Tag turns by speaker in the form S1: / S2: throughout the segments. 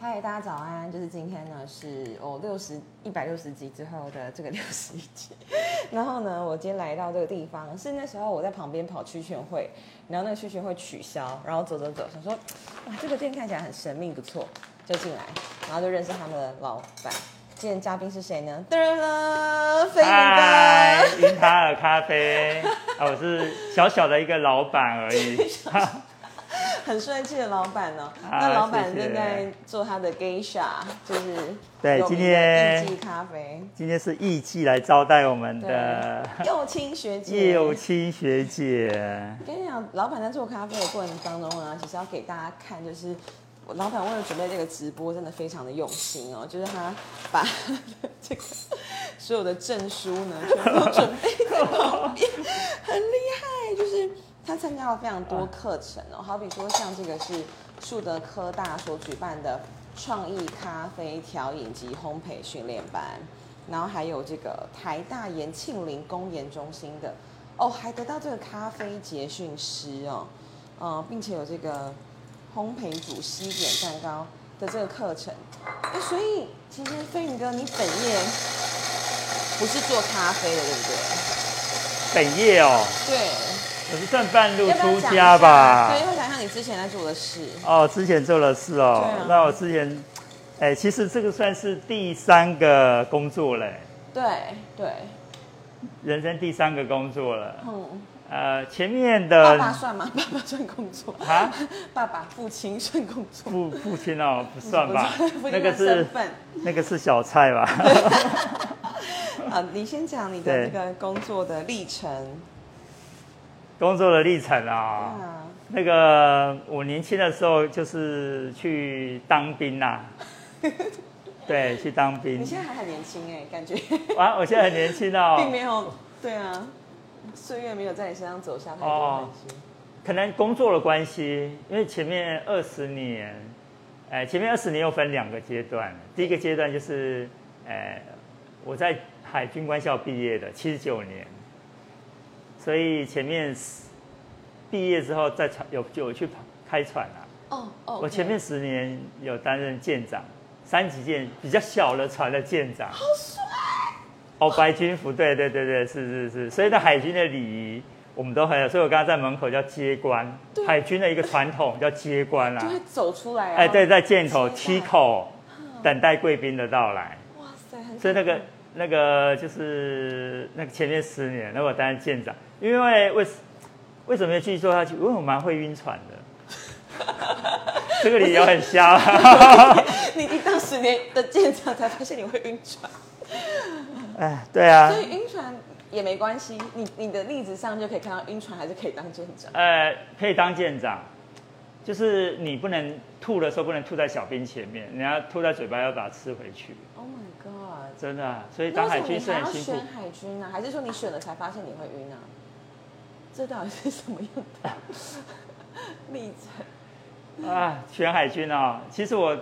S1: 嗨，大家早安！就是今天呢，是我六十一百六十集之后的这个 六十一集。然后呢，我今天来到这个地方，是那时候我在旁边跑区全会，然后那个区全会取消，然后走走走，想说，哇，这个店看起来很神秘，不错，就进来，然后就认识他们的老板。今天嘉宾是谁呢？噔噔，飞
S2: 嗨
S1: 哥。，
S2: 英塔尔咖啡啊，我是小小的一个老板而 已。
S1: 很帅气的老板呢、
S2: 啊
S1: 那老板
S2: 谢谢
S1: 正在做他的 geisha，就是
S2: 对
S1: 有名的
S2: 今天
S1: 艺妓咖啡，
S2: 今天是艺伎来招待我们的
S1: 幼青学姐。
S2: 叶有青学姐，
S1: 跟你讲，老板在做咖啡的过程当中啊，其实要给大家看，就是老板为了准备这个直播，真的非常的用心哦，就是他把 这个所有的证书呢，全部都准备在旁边，很厉害。就是他参加了非常多课程哦，好比说像这个是树德科大所举办的创意咖啡调饮及烘焙训练班，然后还有这个台大延庆林公研中心的哦，还得到这个咖啡节训师哦，呃，并且有这个烘焙组西点蛋糕的这个课程。哎，所以其实飞宇哥，你本业不是做咖啡的，对不对？
S2: 本业哦，
S1: 对，
S2: 我是算半路
S1: 要不
S2: 出
S1: 要讲一
S2: 家
S1: 下？
S2: 吧
S1: 对，。要不要讲一下你之前在做的事？
S2: 哦，之前做的事哦，
S1: 对啊
S2: 那我之前，哎、其实这个算是第三个工作嘞，
S1: 对对，
S2: 人生第三个工作了。
S1: 嗯，
S2: 呃，前面
S1: 爸
S2: 的
S1: 爸算吗？ 爸爸算工作
S2: 啊，
S1: 爸爸父亲算工作，
S2: 父父亲哦，不算吧
S1: 不算，不
S2: 那
S1: 一
S2: 个
S1: 样
S2: 是
S1: 身份。
S2: 那个是小菜吧。
S1: 啊，你先讲你的
S2: 对
S1: 那个工作的历程。
S2: 工作的历程啊、
S1: 啊，
S2: 那个我年轻的时候就是去当兵啦、 对，去当兵
S1: 你。现在还很年轻哎，感觉
S2: 啊，我现在很年 轻
S1: 并
S2: 哦，
S1: 没有，对啊，岁月没有在你身上走下太多痕
S2: 哦
S1: 迹。
S2: 可能工作的关系，因为前面二十年，哎，前面二十年又分两个阶段，第一个阶段就是，哎，我在海军官校毕业的，七十九年，所以前面十毕业之后在船有有去开船啊，
S1: 哦哦，
S2: 我前面十年有担任舰长，三级舰比较小的船的舰长。好帅！哦，白军服，对对对对，是是是，所以在海军的礼仪我们都很有，所以我刚刚在门口叫接官
S1: 对，
S2: 海军的一个传统叫接官啦、
S1: 就会走出来。啊
S2: 哎，对，
S1: 对，
S2: 在舰口
S1: 接
S2: 梯
S1: 待
S2: 口等待贵宾的到来，
S1: 哇塞，很
S2: 所以那个
S1: 感动
S2: 那个就是那个前面十年，那我担任舰长，因为为为什么要继续做下去？因为我蛮会晕船的。 这个理由很瞎啊。
S1: 你你当十年的舰长才发现你会晕船，
S2: 哎，对啊
S1: 所，以晕船也没关系，你你的例子上就可以看到晕船还是可以当舰长。
S2: 呃，可以当舰长，就是你不能吐的时候不能吐在小兵前面，你要吐在嘴巴要把它吃回去，
S1: Oh my god！
S2: 真的啊、所以
S1: 那
S2: 当
S1: 为什么
S2: 海
S1: 你
S2: 军是
S1: 还
S2: 很
S1: 要
S2: 辛苦
S1: 选。海军呢、还是说你选了才发现你会晕啊？这到底是什么样 的例子？
S2: 啊，选海军哦，其实我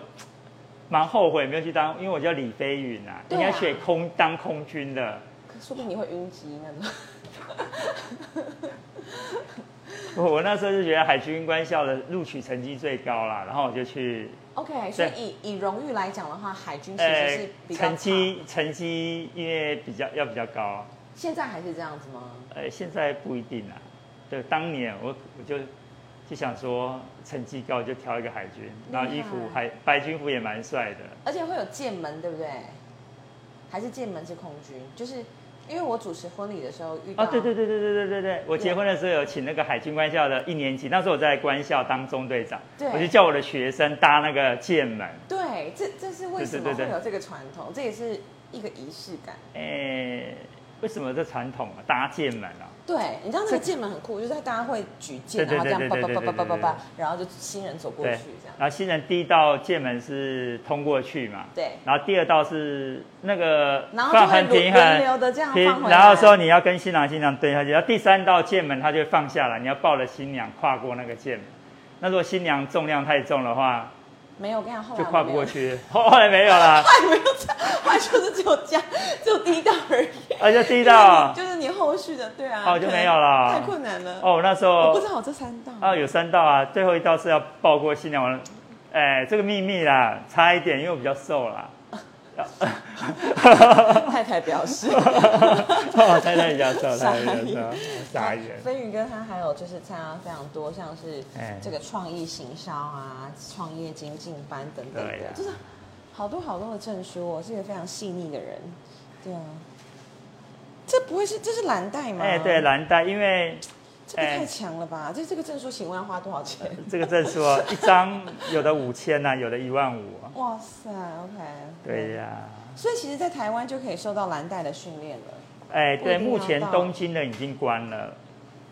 S2: 蛮后悔没有去当，因为我叫李飞云啊，
S1: 对
S2: 应
S1: 啊
S2: 该选空当空军的。
S1: 可说不定你会晕机那种。
S2: 我我那时候就觉得海军官校的录取成绩最高啦，然后我就去，
S1: OK，所
S2: 对哎
S1: 以以以荣誉来讲的话，海军其实是比较差、
S2: 呃成绩成绩因为比较要比较高，
S1: 现在还是这样子吗？
S2: 呃，现在不一定啦。对，当年我我就就想说成绩高就挑一个海军，然后衣服
S1: 厉害
S2: 还白军服也蛮帅的。
S1: 而且会有剑门，对不对？还是剑门是空军？就是因为我主持婚礼的时候遇到，
S2: 啊，对对对对对对对对，我
S1: 对
S2: 结婚的时候有请那个海军官校的一年级，那时候我在官校当中队长，
S1: 对
S2: 我就叫我的学生搭那个剑门，
S1: 对这这是为什么
S2: 对对对
S1: 会
S2: 对
S1: 有这个传统？这也是一个仪式感。
S2: 诶，为什么这传统啊？搭剑门啊？
S1: 对，你知道那个剑门很酷，就是大家会举剑，然
S2: 对
S1: 后这
S2: 对
S1: 样
S2: 对
S1: 叭
S2: 对
S1: 叭
S2: 对
S1: 叭叭叭叭
S2: 对对
S1: 叭，然后就新人走过
S2: 对
S1: 去这样，。
S2: 然后新人第一道剑门是通过去嘛？
S1: 对
S2: 然后第二道是那个
S1: 然后就
S2: 放
S1: 会
S2: 很
S1: 轮
S2: 平
S1: 轮
S2: 衡，
S1: 流的这样
S2: 平
S1: 放回来，
S2: 然后说你要跟新郎新娘蹲下去，然后第三道剑门他就放下来，你要抱着新娘跨过那个剑门。那如果新娘重量太重的话，
S1: 没有，我跟你讲，后来
S2: 就
S1: 我
S2: 跨
S1: 没
S2: 不
S1: 有
S2: 过去。 后后来没有 啦，
S1: 后来没有这样，后来就是只有这样，只有第一道而已。
S2: 而且第 一道啊
S1: 就是你后续的，对啊，
S2: 哦就没有了
S1: 太困难了。
S2: 哦，那时
S1: 我不
S2: 候
S1: 知道我这三道
S2: 啊啊有三道啊，最后一道是要抱过新娘，哎，这个秘密啦，差一点，因为我比较瘦 啦。
S1: 太太表示，
S2: 哦，太太比较瘦，
S1: 傻
S2: 太太
S1: 眼
S2: 比较瘦，哦傻眼。
S1: 飞宇哥他还有就是参加非常多，像是
S2: 哎
S1: 这个创意行销啊、创业精进班等等
S2: 对
S1: 的，
S2: 啊
S1: 就是好多好多的证书、哦。我是一个非常细腻的人，对啊。这不会是这是蓝带吗？
S2: 哎，对，，蓝带，因为
S1: 这个太
S2: 哎
S1: 强了吧？这这个证书，请问要花多少钱？
S2: 这个证书哦，一张有的五千呐，有的一万五。哦
S1: 哇塞，OK。
S2: 对呀、
S1: 所以其实，在台湾就可以受到蓝带的训练了。
S2: 哎，
S1: 不一
S2: 对，
S1: 定
S2: 目
S1: 要
S2: 前
S1: 到
S2: 东京的已经关了，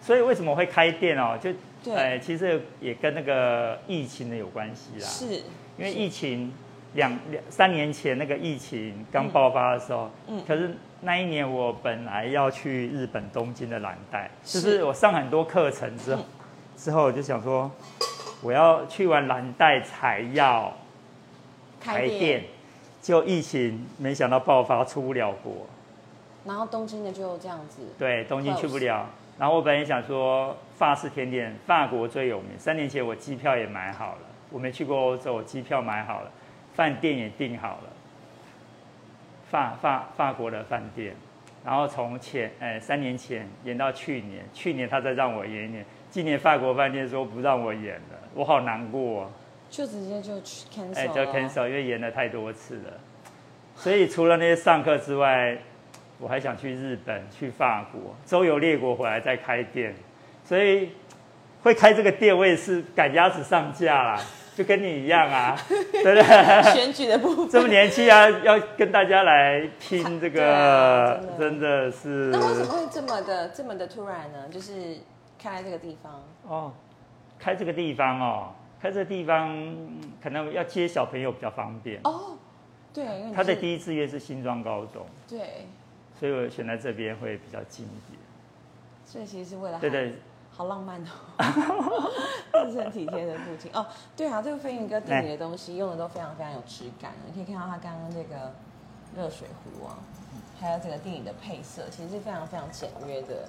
S2: 所以为什么会开店哦？就
S1: 对
S2: 哎，其实也跟那个疫情的有关系啦。
S1: 是，
S2: 因为
S1: 是
S2: 疫情两两三年前那个疫情刚爆发的时候，
S1: 嗯
S2: 可是那一年我本来要去日本东京的蓝带，就是是我上很多课程之后，
S1: 嗯
S2: 之后我就想说，我要去完蓝带才要
S1: 开店，
S2: 就疫情没想到爆发，出不了国，
S1: 然后东京的就这样子。
S2: 对，东京
S1: Close
S2: 去不了。然后我本来想说，法式甜点法国最有名，三年前我机票也买好了，我没去过欧洲，我机票买好了，饭店也订好了，法法法国的饭店。然后从前呃三年前延到去年，去年他再让我延一年，今年法国饭店说不让我延了，我好难过、哦。
S1: 就直接就去 cancel，
S2: 哎，就
S1: 了
S2: cancel，因为延了太多次了。所以除了那些上课之外，我还想去日本、去法国，周游列国回来再开店。所以会开这个店，我也是赶鸭子上架啦，就跟你一样啊，对不对？
S1: 选举的部分。
S2: 这么年轻啊，要跟大家来拼这
S1: 对啊
S2: 个，真的是
S1: 那为什么会这么的这么的突然呢？就是开在这个地方，
S2: 哦，开这个地方哦，开这个地方嗯可能要接小朋友比较方便。
S1: 哦，对，因为你
S2: 他的
S1: 是
S2: 第一志愿是新庄高中。
S1: 对，
S2: 所以我选在这边会比较近一点。
S1: 所以其实是为了
S2: 对
S1: 孩
S2: 对
S1: 子，好浪漫哦， 这是很体贴的父亲哦。对啊，这个飞云哥店里的东西用的都非常非常有质感，你可以看到他刚刚这个热水壶啊，还有这个店里的配色，其实是非常非常简约的。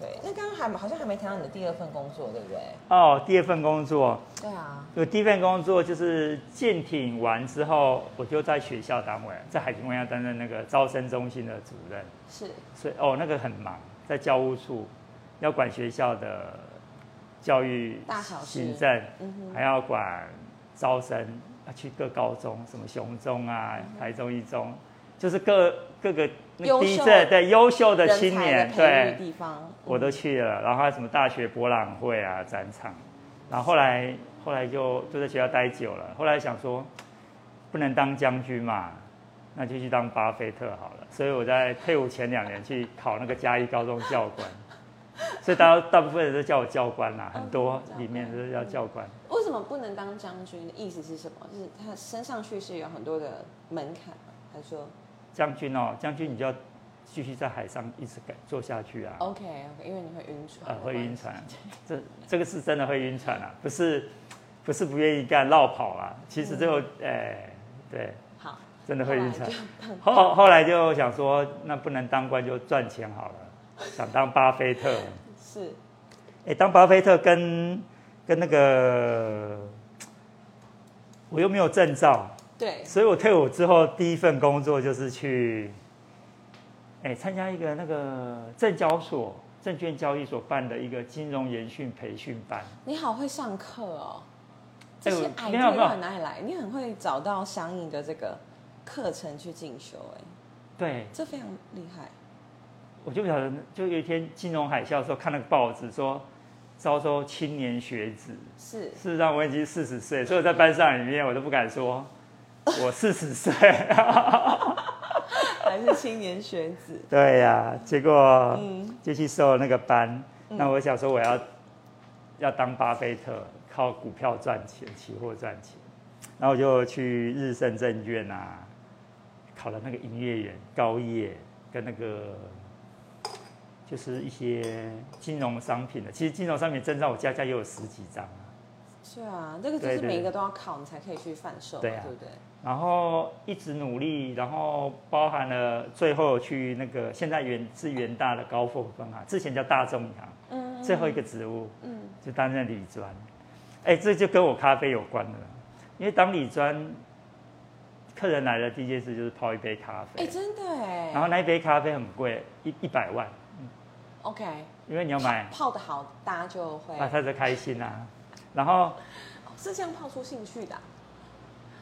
S1: 对，那刚刚还好像还没谈到你的第二份工作，对不对？
S2: 哦，第二份工作，
S1: 对啊，
S2: 我第一份工作就是舰艇完之后，我就在学校单位，在海军官校担任那个招生中心的主任，
S1: 是
S2: 所以哦，那个很忙，在教务处要管学校的教育
S1: 大小事
S2: 行政，
S1: 嗯哼
S2: 还要管招生，要去各高中，什么雄中啊、台中一中，就是各各个那
S1: 优
S2: 个第一
S1: 秀
S2: 镇对优秀的
S1: 人
S2: 青
S1: 才
S2: 年
S1: 的，培
S2: 对
S1: 育，地方，
S2: 我都去了，然后还有什么大学博览会啊、展场，然后后来后来就就在学校待久了，后来想说不能当将军嘛，那就去当巴菲特好了，所以我在退伍前两年去考那个嘉义高中教官，所以大家大部分人都叫我教官啦，很多里面都叫教官。
S1: 为什么不能当将军？意思是什么？就是他升上去是有很多的门槛吗？还是说
S2: 将军哦，将军你就要继续在海上一直干做下去啊。
S1: OK OK，因为你会晕船，
S2: 呃，会晕船，这这个是真的会晕船啊，不是不是不愿意干绕跑啊，其实最后哎、对，
S1: 好，
S2: 真的会晕船
S1: 嗯后来。
S2: 后后来就想说，那不能当官就赚钱好了，想当巴菲特。
S1: 是
S2: 哎、当巴菲特跟跟那个我又没有证照，
S1: 对
S2: 所以我退伍之后第一份工作就是去，哎，参加一个那个证交所、证券交易所办的一个金融研训培训班。
S1: 你好会上课哦，这
S2: 哎
S1: 些
S2: 我
S1: idea
S2: 没有没有
S1: 又很哪里来？你很会找到相应的这个课程去进修，哎，
S2: 对，
S1: 这非常厉害。
S2: 我就不晓得，就有一天金融海啸的时候看那个报纸说，招收青年学子。
S1: 是
S2: 事实上我已经四十岁，所以我在班上里面我都不敢说我四十岁。
S1: 还是青年学 子？
S2: 对呀、结果
S1: 嗯
S2: 就去受那个班。那我想说，我要要当巴菲特，靠股票赚钱、期货赚钱。然后我就去日盛证券啊，考了那个营业员、高业跟那个就是一些金融商品的。其实金融商品证照我家家也有十几张啊。
S1: 是啊，这个就
S2: 对
S1: 是
S2: 对
S1: 每一个都要考，你才可以去贩售嘛，
S2: 对啊
S1: 对不对？
S2: 然后一直努力，然后包含了最后去那个现在原是元大的高富分行，之前叫大众银行，
S1: 嗯
S2: 最后一个职务
S1: 嗯，
S2: 就担任理专，哎，这就跟我咖啡有关了。因为当理专客人来的第一件事就是泡一杯咖啡，
S1: 哎，真的哎。
S2: 然后那一杯咖啡很贵，一一百万，
S1: OK，
S2: 因为你要买，
S1: 泡的好，大家就会、
S2: 啊，他才开心啊。然后，
S1: 是这样泡出兴趣的啊、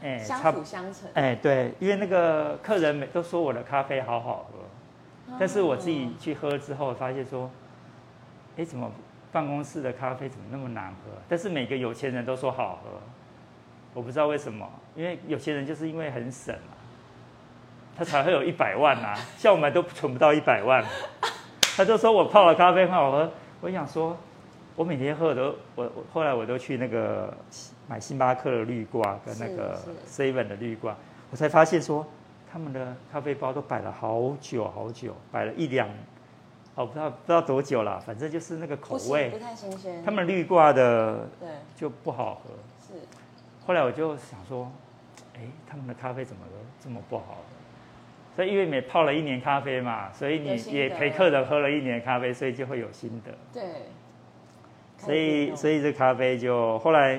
S2: 哎、
S1: 相
S2: 差不
S1: 辅相成。
S2: 哎、对，因为那个客人每都说我的咖啡好好喝，但是我自己去喝之后发现说，哎、怎么办公室的咖啡怎么那么难喝？啊但是每个有钱人都说好喝，我不知道为什么，因为有些人就是因为很省嘛、他才会有一百万啊， 像我们都存不到一百万，他就说我泡了咖啡很好喝，我想说，我每天喝的都，我我后来我都去那个买星巴克的绿挂跟那个 seven 的绿挂，我才发现说他们的咖啡包都摆了好久好久，摆了一两，哦不知道不知道多久了，反正就是那个口
S1: 不行
S2: 味
S1: 不，太新鲜。
S2: 他们绿挂的
S1: 对
S2: 就不好喝。
S1: 是
S2: 后来我就想说，哎，他们的咖啡怎么都这么不好所以因为每泡了一年咖啡嘛，所以
S1: 有
S2: 你
S1: 心得
S2: 也陪客人喝了一年咖啡，所以就会有心得。
S1: 对。哦
S2: 所以所
S1: 以
S2: 以这咖啡就后来，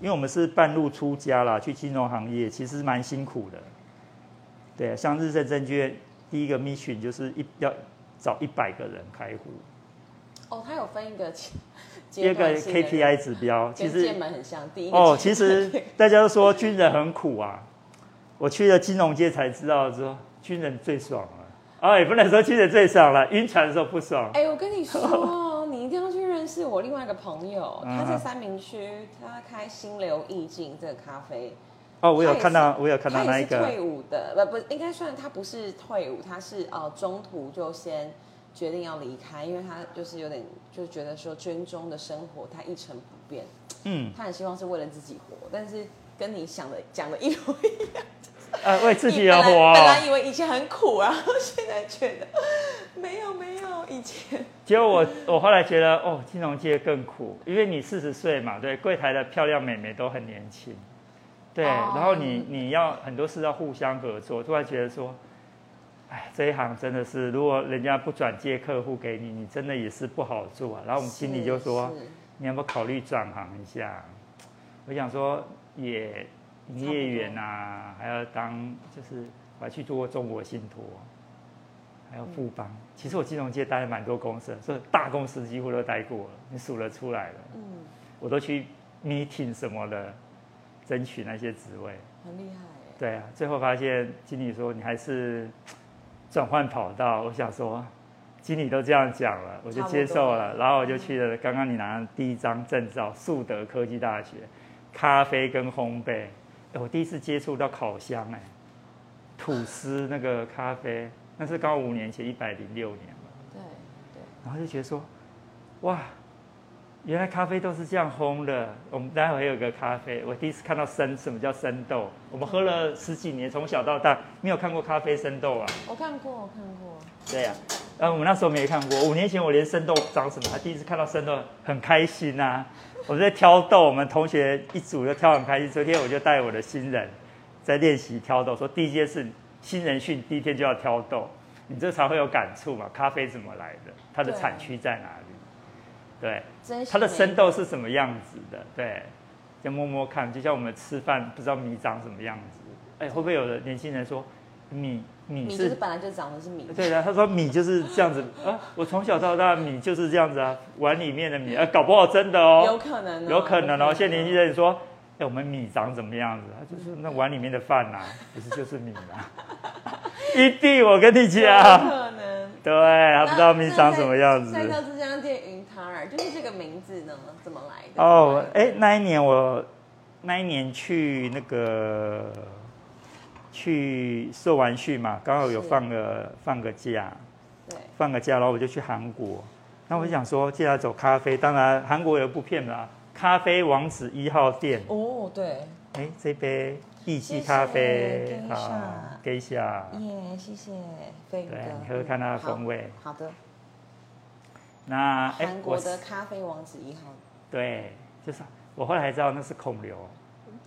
S2: 因为我们是半路出家啦，去金融行业其实蛮辛苦的。对啊，像日盛证券第一个 mission 就是一要找一百个人开户，
S1: 哦，它有分一个阶
S2: 第二个
S1: 阶段性的
S2: KPI 指标，其
S1: 跟
S2: 实
S1: 剑门很像。第一个
S2: 哦，
S1: 阶
S2: 其实大家都说军人很苦啊，我去了金融界才知道说军人最爽了。啊，也不能说军人最爽了，晕船的时候不爽。
S1: 哎、我跟你说哦，你一定要去认识我另外一个朋友，
S2: 嗯
S1: 他在三明区，他开心流意境这个咖啡，
S2: 哦，我有
S1: 他也
S2: 看到，
S1: 是
S2: 我有看到
S1: 他
S2: 那
S1: 也
S2: 一
S1: 是
S2: 个，
S1: 退伍的，不不，应该算他不是退伍，他是呃中途就先决定要离开，因为他就是有点就觉得说军中的生活他一成不变，
S2: 嗯，
S1: 他很希望是为了自己活，但是跟你想的讲的一模一样，
S2: 呃，为自己哦而
S1: 本来本来
S2: 活。
S1: 以为以前很苦，然后现在觉得没有没有以前
S2: 结果我我后来觉得，哦，金融界更苦，因为你四十岁嘛，对，柜台的漂亮美眉都很年轻，对，
S1: 哦
S2: 然后你你要很多事要互相合作，突然觉得说，哎，这一行真的是，如果人家不转介客户给你，你真的也是不好做啊。然后我们心里就说。
S1: 是是
S2: 你要不要考虑转行一下？我想说也营业员啊，还要当就是我还去做过中国信托，还有富邦。其实我金融界待了蛮多公司的，所以大公司几乎都待过了，你数得出来了。
S1: 嗯，
S2: 我都去 meeting 什么的，争取那些职位。
S1: 很厉害耶。
S2: 对啊，最后发现经理说你还是转换跑道。我想说，经理都这样讲了，我就接受了。然后我就去了刚刚你拿的第一张证照，树德科技大学，咖啡跟烘焙。哎我第一次接触到烤箱、哎，吐司那个咖啡，那是刚好五年前，一百零六年了。
S1: 对对，
S2: 然后就觉得说，哇，原来咖啡都是这样烘的。我们待会有个咖啡，我第一次看到生什么叫生豆，我们喝了十几年，从小到大没有看过咖啡生豆啊。
S1: 我看过，我看过。
S2: 对呀、啊，呃，我们那时候没看过，五年前我连生豆长什么，他第一次看到生豆，很开心啊。我们在挑豆，我们同学一组就挑很开心。昨天我就带我的新人在练习挑豆，说第一件事，新人训第一天就要挑豆，你这才会有感触嘛。咖啡怎么来的？它的
S1: 对啊
S2: 产区在哪里？对，
S1: 真
S2: 它的生
S1: 深
S2: 豆是什么样子的？对，就摸摸看，就像我们吃饭不知道米长什么样子。哎，会不会有的年轻人说米米
S1: 米
S2: 是
S1: 就是本来就长的是米，
S2: 对的，他说米就是这样子啊，我从小到大米就是这样子啊，碗里面的米，啊，搞不好真的
S1: 有
S2: 哦，
S1: 可能、哦，
S2: 有可能哦。现在年轻人说，哎、我们米长怎么样子？啊，就是那碗里面的饭呐、不是就是米嘛、 一定，我跟你
S1: 有
S2: 讲，
S1: 可能。
S2: 对，他啊不知道米长什么样
S1: 赛
S2: 子
S1: 道。之家店云塔尔就是这个名字呢，怎么来的？
S2: 哦，哎、那一年我那一年去那个去受完训嘛，刚好有
S1: 是
S2: 放个放个假。
S1: 对，
S2: 放个假，然后我就去韩国。那我就想说，既然走咖啡，当然韩国也不骗啦，咖啡王子一号店。
S1: 哦对，
S2: 哎，这杯意式咖啡
S1: 谢谢
S2: 啊，给一下，
S1: 耶，谢谢飞宇哥
S2: 对，你喝喝看它的风味。
S1: 好。好的，
S2: 那哎，
S1: 韩
S2: 我
S1: 国的咖啡王子一号，
S2: 对，就是我后来才知道那是孔刘，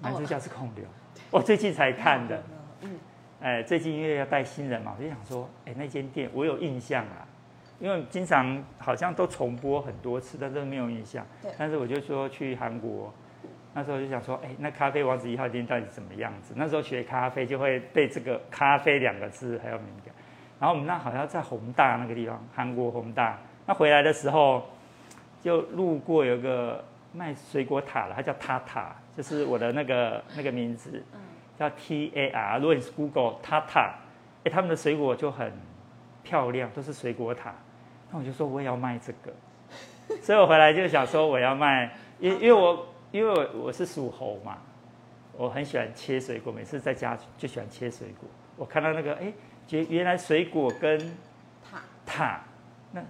S2: 男主角是孔刘，我最近才看的。
S1: 嗯，
S2: 哎，最近因为要带新人嘛，我就想说，哎，那间店我有印象啦，因为经常好像都重播很多次，但是没有印象
S1: 对。
S2: 但是我就说去韩国，那时候就想说，哎、那咖啡王子一号店到底怎么样子？那时候学咖啡就会被这个“咖啡”两个字还有敏感。然后我们那好像在宏大那个地方，韩国宏大。那回来的时候，就路过有个卖水果塔的，它叫塔塔，就是我的那个那个名字。叫 T A R，如果你是 Google Tata，哎、他们的水果就很漂亮，都是水果塔。那我就说我也要卖这个，所以我回来就想说我要卖，因因为我因为我我是属猴嘛，我很喜欢切水果，每次在家就喜欢切水果。我看到那个哎，觉原来水果跟
S1: 塔
S2: 塔那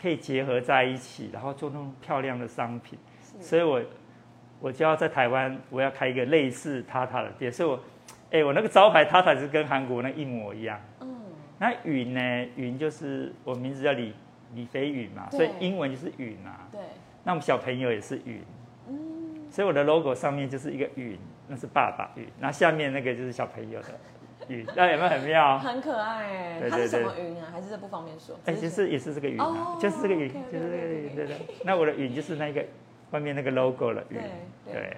S2: 可以结合在一起，然后做那种漂亮的商品。
S1: 是
S2: 所以我我就要在台湾，我要开一个类似塔塔的店，所以我，哎、我那个招牌塔塔是跟韩国那一模一样。
S1: 嗯，
S2: 那云呢？云就是我名字叫李李飞云嘛，所
S1: 对
S2: 以英文就是云啊。
S1: 对，
S2: 那我们小朋友也是云，
S1: 嗯，
S2: 所以我的 logo 上面就是一个云，那是爸爸云，然后下面那个就是小朋友的云，那有没有 很妙？
S1: 很可爱哎。
S2: 对
S1: 它是
S2: 对
S1: 什
S2: 对
S1: 么云啊？还是这不方便说？
S2: 哎、
S1: 只
S2: 就是是也是这个云啊
S1: 哦
S2: 就是这个云
S1: OK，OK，OK，OK
S2: 就是这个云，对对。那我的云就是那个外面那个 logo 了，云，
S1: 对对
S2: 对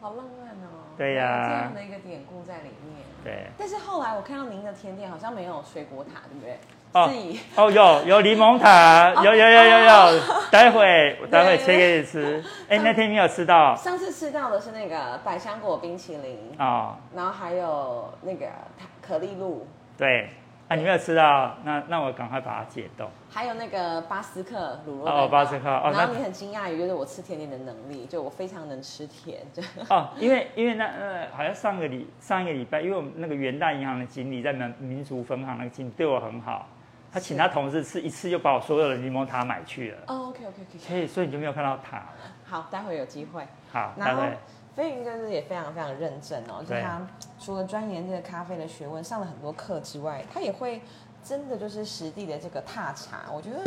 S1: 好浪漫哦。
S2: 对呀
S1: 有这样的一个典故在里面。
S2: 对。
S1: 但是后来我看到您的甜点好像没有水果塔，对不对？
S2: 哦
S1: 是以
S2: 哦，有有柠檬塔，
S1: 哦
S2: 有有有有 有，待会我待会切给你吃。哎，那天没有吃到
S1: 上次吃到的是那个百香果冰淇淋，
S2: 哦，
S1: 然后还有那个塔可丽露，
S2: 对啊，你没有吃到，那那我赶快把它解冻。
S1: 还有那个巴斯克乳酪蛋糕。
S2: 哦巴斯克哦那
S1: 然后你很惊讶于就是我吃甜点的能力，就我非常能吃甜， 就
S2: 哦，因为因为那呃，好像上个礼上一个礼拜，因为我们那个元大银行的经理在民民族分行那个经理对我很好，他请他同事吃一次就把我所有的柠檬塔买去了，
S1: 哦，OK OK OK，
S2: 所以所以你就没有看到塔。
S1: 好，待会有机会。
S2: 好，待
S1: 然后
S2: 会
S1: 飞云就是也非常非常认真哦，就是
S2: 对
S1: 他除了钻研这个咖啡的学问，上了很多课之外，他也会真的就是实地的这个踏查。我觉得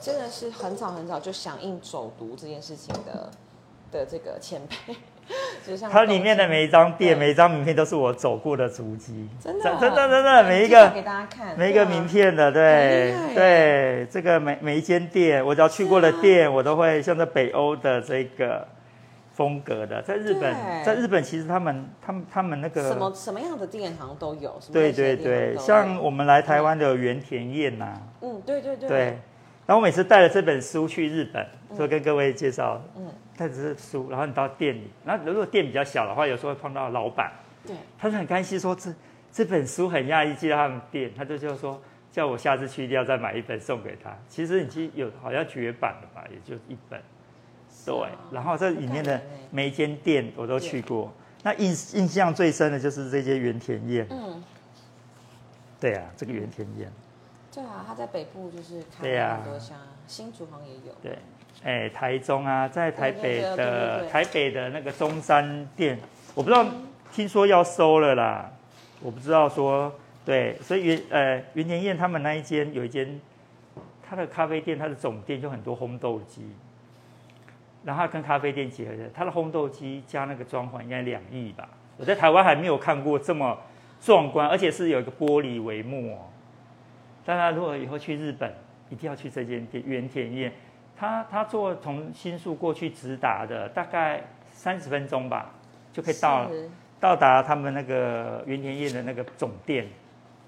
S1: 真的是很早很早就响应走读这件事情 的的这个前辈，就像
S2: 它里面的
S1: 东京
S2: 每一张店、
S1: 对
S2: 每一张名片都是我走过的足迹，
S1: 真的哦
S2: 真的真的每一个
S1: 介绍给大家看，
S2: 每一个
S1: 对啊
S2: 名片的，
S1: 很厉
S2: 对
S1: 害耶啊
S2: 对，这个每每一间店，我只要去过的店，我都会像在北欧的这个风格的，在日本
S1: 对，
S2: 在日本其实他们他们他们那个
S1: 什么什么样的店好像都有，什么
S2: 对
S1: 类型的
S2: 对
S1: 店好
S2: 对，
S1: 像都有
S2: 像我们来台湾的原田燕呐、
S1: 嗯，对对对，
S2: 对，然后我每次带了这本书去日本，就跟各位介绍，
S1: 嗯
S2: 带着这书，然后你到店里，然后如果店比较小的话，有时候会碰到老板。
S1: 对，
S2: 他是很开心说这这本书很讶异寄到他们店，他就就说叫我下次去一定要再买一本送给他。其实已经有好像绝版了吧，也就一本。
S1: 是
S2: 对
S1: 啊，
S2: 然后这里
S1: 很
S2: 面的
S1: 感人欸
S2: 每一间店我都去过，那印印象最深的就是这间原田宴。
S1: 嗯，
S2: 对啊，这个原田宴，
S1: 对啊，他在北部就是开
S2: 对
S1: 了
S2: 啊
S1: 很多家，新竹好像也有，
S2: 对，哎，台中啊，在台北
S1: 对对对对
S2: 的
S1: 对嗯
S2: 台北的那个中山店，我不知道，听说要收了啦，我不知道说对，所以原呃原田燕他们那一间有一间，他的咖啡店，他的总店就很多烘豆机，然后它跟咖啡店结合的，他的烘豆机加那个装潢应该两亿吧，我在台湾还没有看过这么壮观，而且是有一个玻璃帷幕哦。大家如果以后去日本，一定要去这间店原田燕。他他坐从新宿过去直达的，大概三十分钟吧，就可以到了。
S1: 是
S2: 到达他们那个原田业的那个总店，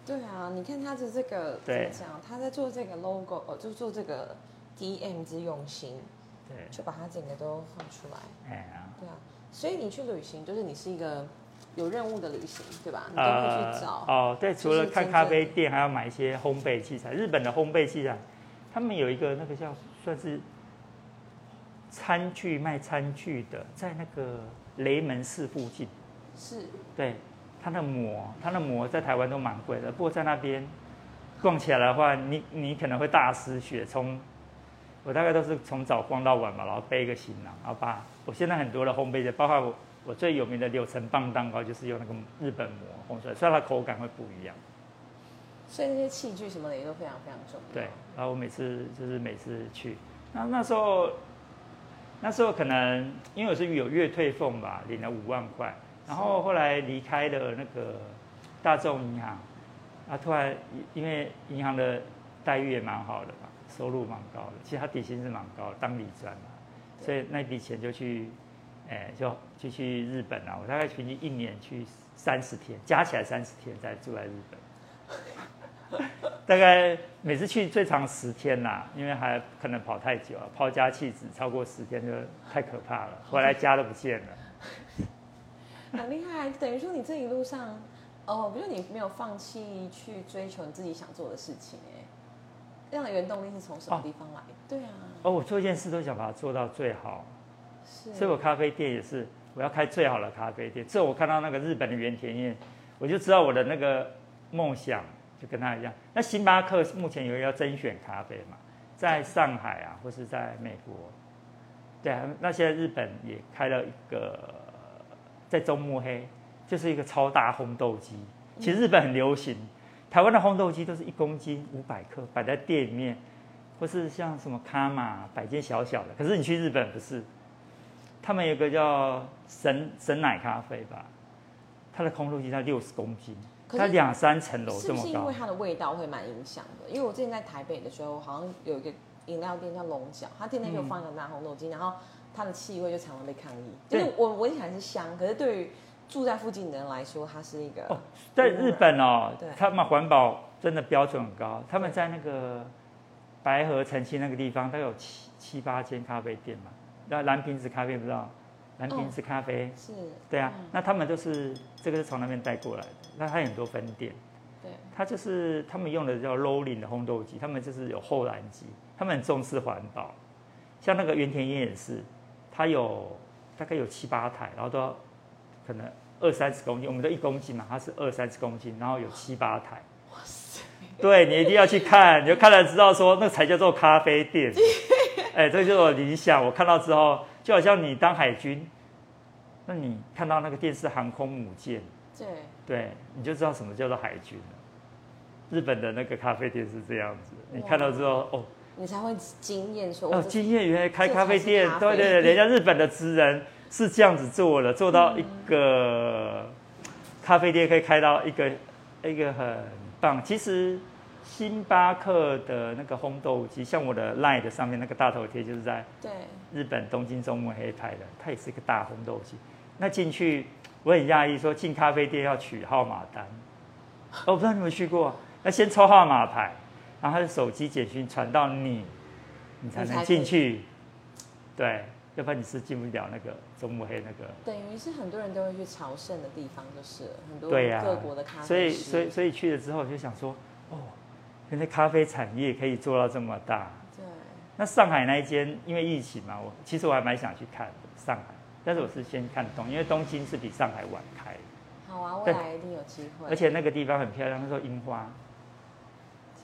S1: 对啊，你看他的这个怎么
S2: 对
S1: 讲？他在做这个 logo，呃，就做这个 DM 之用心，
S2: 对，
S1: 就把它整个都放出来。
S2: 哎呀，
S1: 对啊，所以你去旅行，就是你是一个有任务的旅行，对吧？你都会去找。
S2: 哦，对，除
S1: 就
S2: 了
S1: 是
S2: 看
S1: 真
S2: 咖
S1: 正
S2: 啡店，还要买一些烘焙器材。日本的烘焙器材，他们有一个那个叫算是餐具卖餐具的，在那个雷门市附近，
S1: 是
S2: 对，它的膜，它的膜在台湾都蛮贵的，不过在那边逛起来的话，你你可能会大失血。从我大概都是从早逛到晚嘛，然后背一个行囊，然后把我现在很多的烘焙的，包括我我最有名的柳橙棒蛋糕，就是用那个日本膜烘出来，虽然它口感会不一样。
S1: 所以那些器具什么的也都非常非常重要。
S2: 对，然后我每次就是每次去，那那时候那时候可能因为我是有月退俸吧，领了五万块，然后后来离开了那个大众银行，啊，突然因为银行的待遇也蛮好的嘛，收入蛮高的，其实他底薪是蛮高的，当理专嘛，所以那笔钱就去哎，就就去日本啊，我大概平均一年去三十天，加起来三十天在住在日本。大概每次去最长十天啦、因为还可能跑太久了，抛家弃子超过十天就太可怕了，回来家都不见了。
S1: 很厉害。等于说你这一路上，哦，不是你没有放弃去追求你自己想做的事情、哎，这样的原动力是从什么
S2: 哦
S1: 地方来？对啊，
S2: 哦，我做一件事都想把它做到最好，
S1: 是，
S2: 所以我咖啡店也是，我要开最好的咖啡店。这我看到那个日本的原田彦，我就知道我的那个梦想就跟他一样。那星巴克目前有要甄选咖啡嘛，在上海啊，或是在美国，对啊，那现在日本也开了一个在中目黑，就是一个超大烘豆机。
S1: 嗯
S2: 其实日本很流行，台湾的烘豆机都是一公斤五百克，摆在店里面，或是像什么卡玛摆件小小的。可是你去日本不是，他们有个叫神神奶咖啡吧，它的空豆机才六十公斤，
S1: 可是
S2: 它两三层楼
S1: 是
S2: 这
S1: 不
S2: 么
S1: 是因
S2: 高
S1: 为。它的味道会蛮影响的？因为我之前在台北的时候，好像有一个饮料店叫龙角，它店内
S2: 嗯
S1: 就放一个拿红豆机，然后它的气味就常常被抗议。就
S2: 对
S1: 是我闻起来是香，可是对于住在附近的人来说，它是一个、
S2: 哦，在日本哦
S1: 对，
S2: 他们环保真的标准很高。他们在那个白河澄清那个地方，它有七七八间咖啡店嘛。那蓝瓶子咖啡不知道，蓝瓶子咖啡，
S1: 是，
S2: 对啊，那他们都是这个是从那边带过来的。那它有很多分店，
S1: 对，
S2: 它就是他们用的叫 rolling 的烘豆机，他们就是有后燃机，他们很重视环保。像那个原田烟也是，它有大概有七八台，然后都要可能二三十公斤，我们都一公斤嘛，它是二三十公斤，然后有七八台。
S1: 哇塞，
S2: 对你一定要去看，你就看了知道说那才叫做咖啡 店。哎，这就是我理想。我看到之后，就好像你当海军，那你看到那个电视航空母舰，
S1: 对，
S2: 对，你就知道什么叫做海军了。日本的那个咖啡店是这样子，你
S1: 哇
S2: 看到之后，哦，
S1: 你才会惊艳说，
S2: 哦，
S1: 我这
S2: 经验原来开咖啡店
S1: 这才是，咖啡
S2: 对对对，人家日本的职人是这样子做的，做到一个咖啡店可以开到一个一个很棒。其实星巴克的那个烘豆机，像我的 LINE 的上面那个大头贴，就是在
S1: 对，
S2: 日本东京中目黑拍的，它也是一个大烘豆机。那进去我很讶异，说进咖啡店要取号码单，哦我不知道你们去过，那先抽号码牌，然后他的手机简讯传到你，你才
S1: 你才可
S2: 能
S1: 以
S2: 进去。对，要不然你是进不了那个中目黑那个。
S1: 等于是很多人都会去朝圣的地方，就是了很多
S2: 对呀、
S1: 各国的咖啡
S2: 所以
S1: 师
S2: 所以所以去了之后就想说，哦，原来咖啡产业可以做到这么大。
S1: 对，
S2: 那上海那一间，因为疫情嘛，我其实我还蛮想去看的上海，但是我是先看东，因为东京是比上海晚开，
S1: 好啊，未
S2: 对
S1: 来一定有机会。
S2: 而且那个地方很漂亮，那时候樱花，
S1: 啊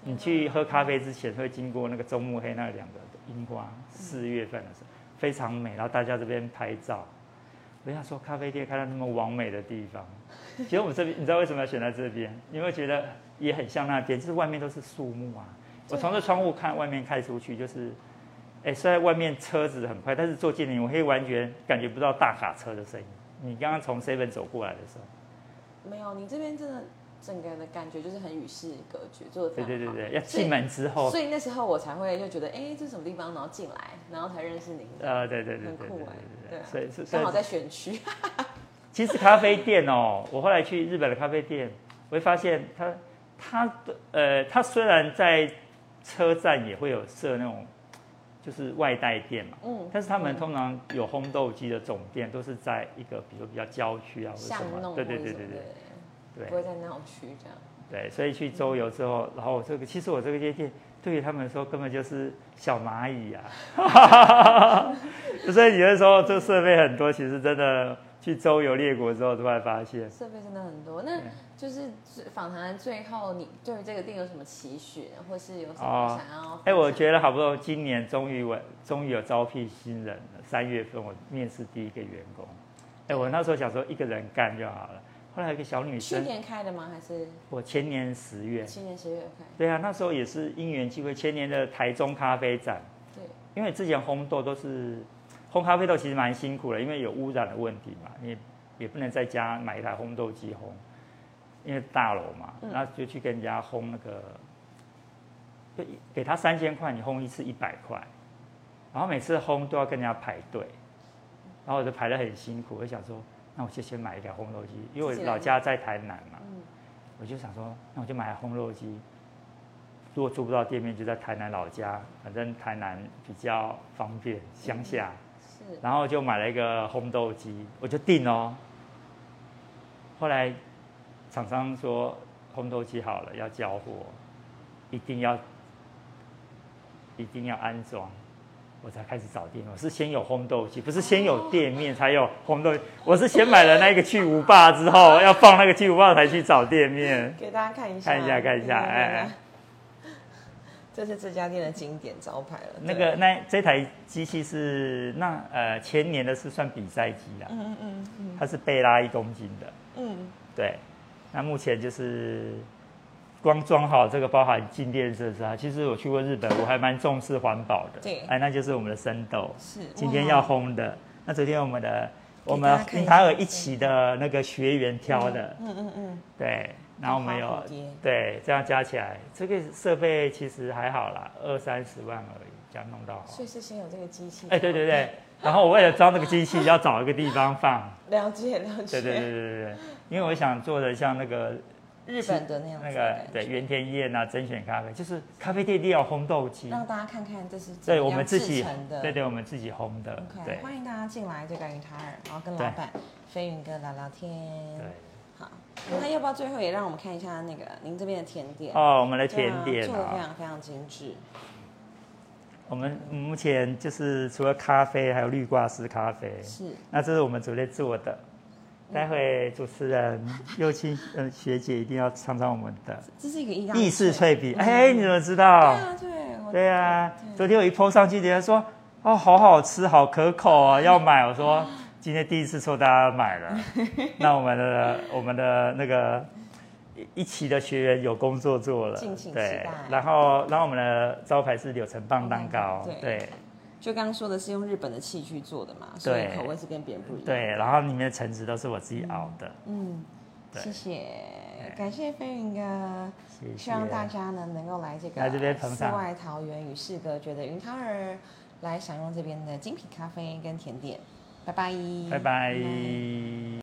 S2: 你去喝咖啡之前会经过那个中目黑那两个樱花，四月份的时候非常美，然后大家这边拍照。我想说，咖啡店开到那么完美的地 方，其实我们这边，你知道为什么要选在这边？因为觉得也很像那边，就是外面都是树木啊。我从这窗户看外面看出去，就是，哎、虽然外面车子很快，但是坐近你，我可以完全感觉不到大卡车的声音。你刚刚从 seven 走过来的时候，
S1: 没有，你这边真的整个人的感觉就是很与世隔绝，做的
S2: 对
S1: 非
S2: 对
S1: 常
S2: 对
S1: 好。
S2: 对，要
S1: 所以
S2: 进门之后
S1: 所，以那时候我才会就觉得，哎，这是什么地方？然后进来，然后才认识您的，
S2: 呃，对对对
S1: 很
S2: 对
S1: 酷
S2: 对
S1: 哎对
S2: 对
S1: 啊
S2: 所以呃是所以
S1: 刚好在选区。
S2: 其实咖啡店哦，我后来去日本的咖啡店，我会发现它它的呃，它虽然在车站也会有设那种就是外带店嘛，
S1: 嗯，
S2: 但是他们通常有烘豆机的总店都是在一个比如比较郊区啊或者
S1: 巷
S2: 什么，
S1: 弄
S2: 对
S1: 或
S2: 对
S1: 者
S2: 对
S1: 什
S2: 对
S1: 么
S2: 对
S1: 的，
S2: 对
S1: 不。会在闹区这样。
S2: 对，所以去周游之后，然后我这个其实我这个夜店对于他们说根本就是小蚂蚁啊， 所以有的时候这设备很多，其实真的去周游列国之后，突然发现，
S1: 设备真的很多，那
S2: 对
S1: 就是访谈的最后，你对于这个店有什么期许，或是有什么
S2: 哦
S1: 想要？
S2: 哎，我觉得好不容易今年终于我终于有招聘新人了，三月份我面试第一个员工，哎，我那时候想说一个人干就好了，后来有一个小女
S1: 去
S2: 生，
S1: 年开的吗？还是
S2: 我前年十月，
S1: 去年十月开？
S2: 对啊，那时候也是因缘际会，前年的台中咖啡展。
S1: 对，
S2: 因为之前烘豆都是烘咖啡豆，其实蛮辛苦的，因为有污染的问题嘛，你也也不能在家买一台烘豆机烘，因为大楼嘛，
S1: 嗯
S2: 那就去跟人家烘那个，就一给他三千块，你烘一次一百块，然后每次烘都要跟人家排队，然后我就排得很辛苦，我就想说，那我就先买一条烘肉机，因为
S1: 自己
S2: 我
S1: 来
S2: 老家在台南嘛，
S1: 嗯
S2: 我就想说，那我就买烘肉机。如果租不到店面，就在台南老家，反正台南比较方便，乡下。
S1: 是
S2: 然后就买了一个烘豆机，我就定哦。后来厂商说烘豆机好了要交货，一定要一定要安装，我才开始找店。我是先有烘豆机，不是先有店面才有烘豆。我是先买了那个去无霸之后，要放那个去无霸才去找店面。
S1: 给大家看一下，
S2: 看一下看一
S1: 给大
S2: 下
S1: 家
S2: 哎
S1: 看一下，这是这家店的经典招牌了。
S2: 那
S1: 对
S2: 个，那这台机器是那呃前年的是算比赛机啦，
S1: 嗯嗯嗯
S2: 它是贝拉一公斤的。
S1: 嗯
S2: 对，那目前就是光装好这个包含静电设施啊。其实我去过日本，我还蛮重视环保的。
S1: 对
S2: 哎，那就是我们的生豆，
S1: 是
S2: 今天
S1: 哇
S2: 要烘的。那昨天我们的我
S1: 大
S2: 们
S1: 家看一
S2: 英塔
S1: 下
S2: 尔一起的那个学员挑的，
S1: 嗯嗯嗯，
S2: 对，然后我们
S1: 花
S2: 有
S1: 蝴蝶
S2: 对这样加起来，这个设备其实还好啦，二三十万而已，这样弄到好。
S1: 所以是先有这个机器。
S2: 哎，对对对，然后我为了装那个机器，要找一个地方放。
S1: 了解了解。
S2: 对对对对对对，因为我想做的像那个
S1: 日本的那样子
S2: 那
S1: 的
S2: 个
S1: 感觉
S2: 对原田宴啊，甄选咖啡，就是咖啡店一定要有烘豆机，
S1: 让大家看看这是
S2: 对
S1: 哦怎么
S2: 我们
S1: 样
S2: 自
S1: 制
S2: 己
S1: 成，的。
S2: 对对，我们自己烘的，对
S1: OK，欢迎大家进来这个云塔尔，然后跟
S2: 对
S1: 老板飞云哥聊聊天。
S2: 对。
S1: 好，那要不要最后也让我们看一下那个您这边的甜点？
S2: 哦，我们的
S1: 对啊，
S2: 甜点
S1: 做的非
S2: 啊，
S1: 常非嗯常精致。
S2: 我们目前就是除了咖啡，还有绿挂式咖啡，
S1: 是，
S2: 那这是我们昨天做的。
S1: 嗯
S2: 待会主持人右青嗯学姐一定要尝尝我们 的
S1: 这是一个意大利
S2: 意式脆皮，
S1: 嗯
S2: 哎，你怎么知
S1: 对
S2: 道？
S1: 啊，对，我
S2: 对啊，
S1: 对
S2: 昨天我一 PO 上去，人家说哦，好好吃，好可 口啊，要买。我说今天第一次抽，大家买了。那我们的我们的那个一一期的学员有工作做了
S1: 敬请，期
S2: 对
S1: 待。
S2: 然后，然后我们的招牌是柳橙棒蛋糕
S1: 嗯，对
S2: 对
S1: 就刚刚说的是用日本的器具做的嘛，所以
S2: 对
S1: 口味是跟别人不一样。
S2: 对，，然后里面的橙子都是我自己熬的，
S1: 嗯，
S2: 对哎
S1: 谢谢，感谢飞云哥。
S2: 谢谢
S1: 希望大家呢能够来这个
S2: 来这边捧
S1: 世
S2: 场
S1: 外桃源与世隔绝的云汤儿，来享用这边的精品咖啡跟甜点。拜拜，
S2: 拜拜。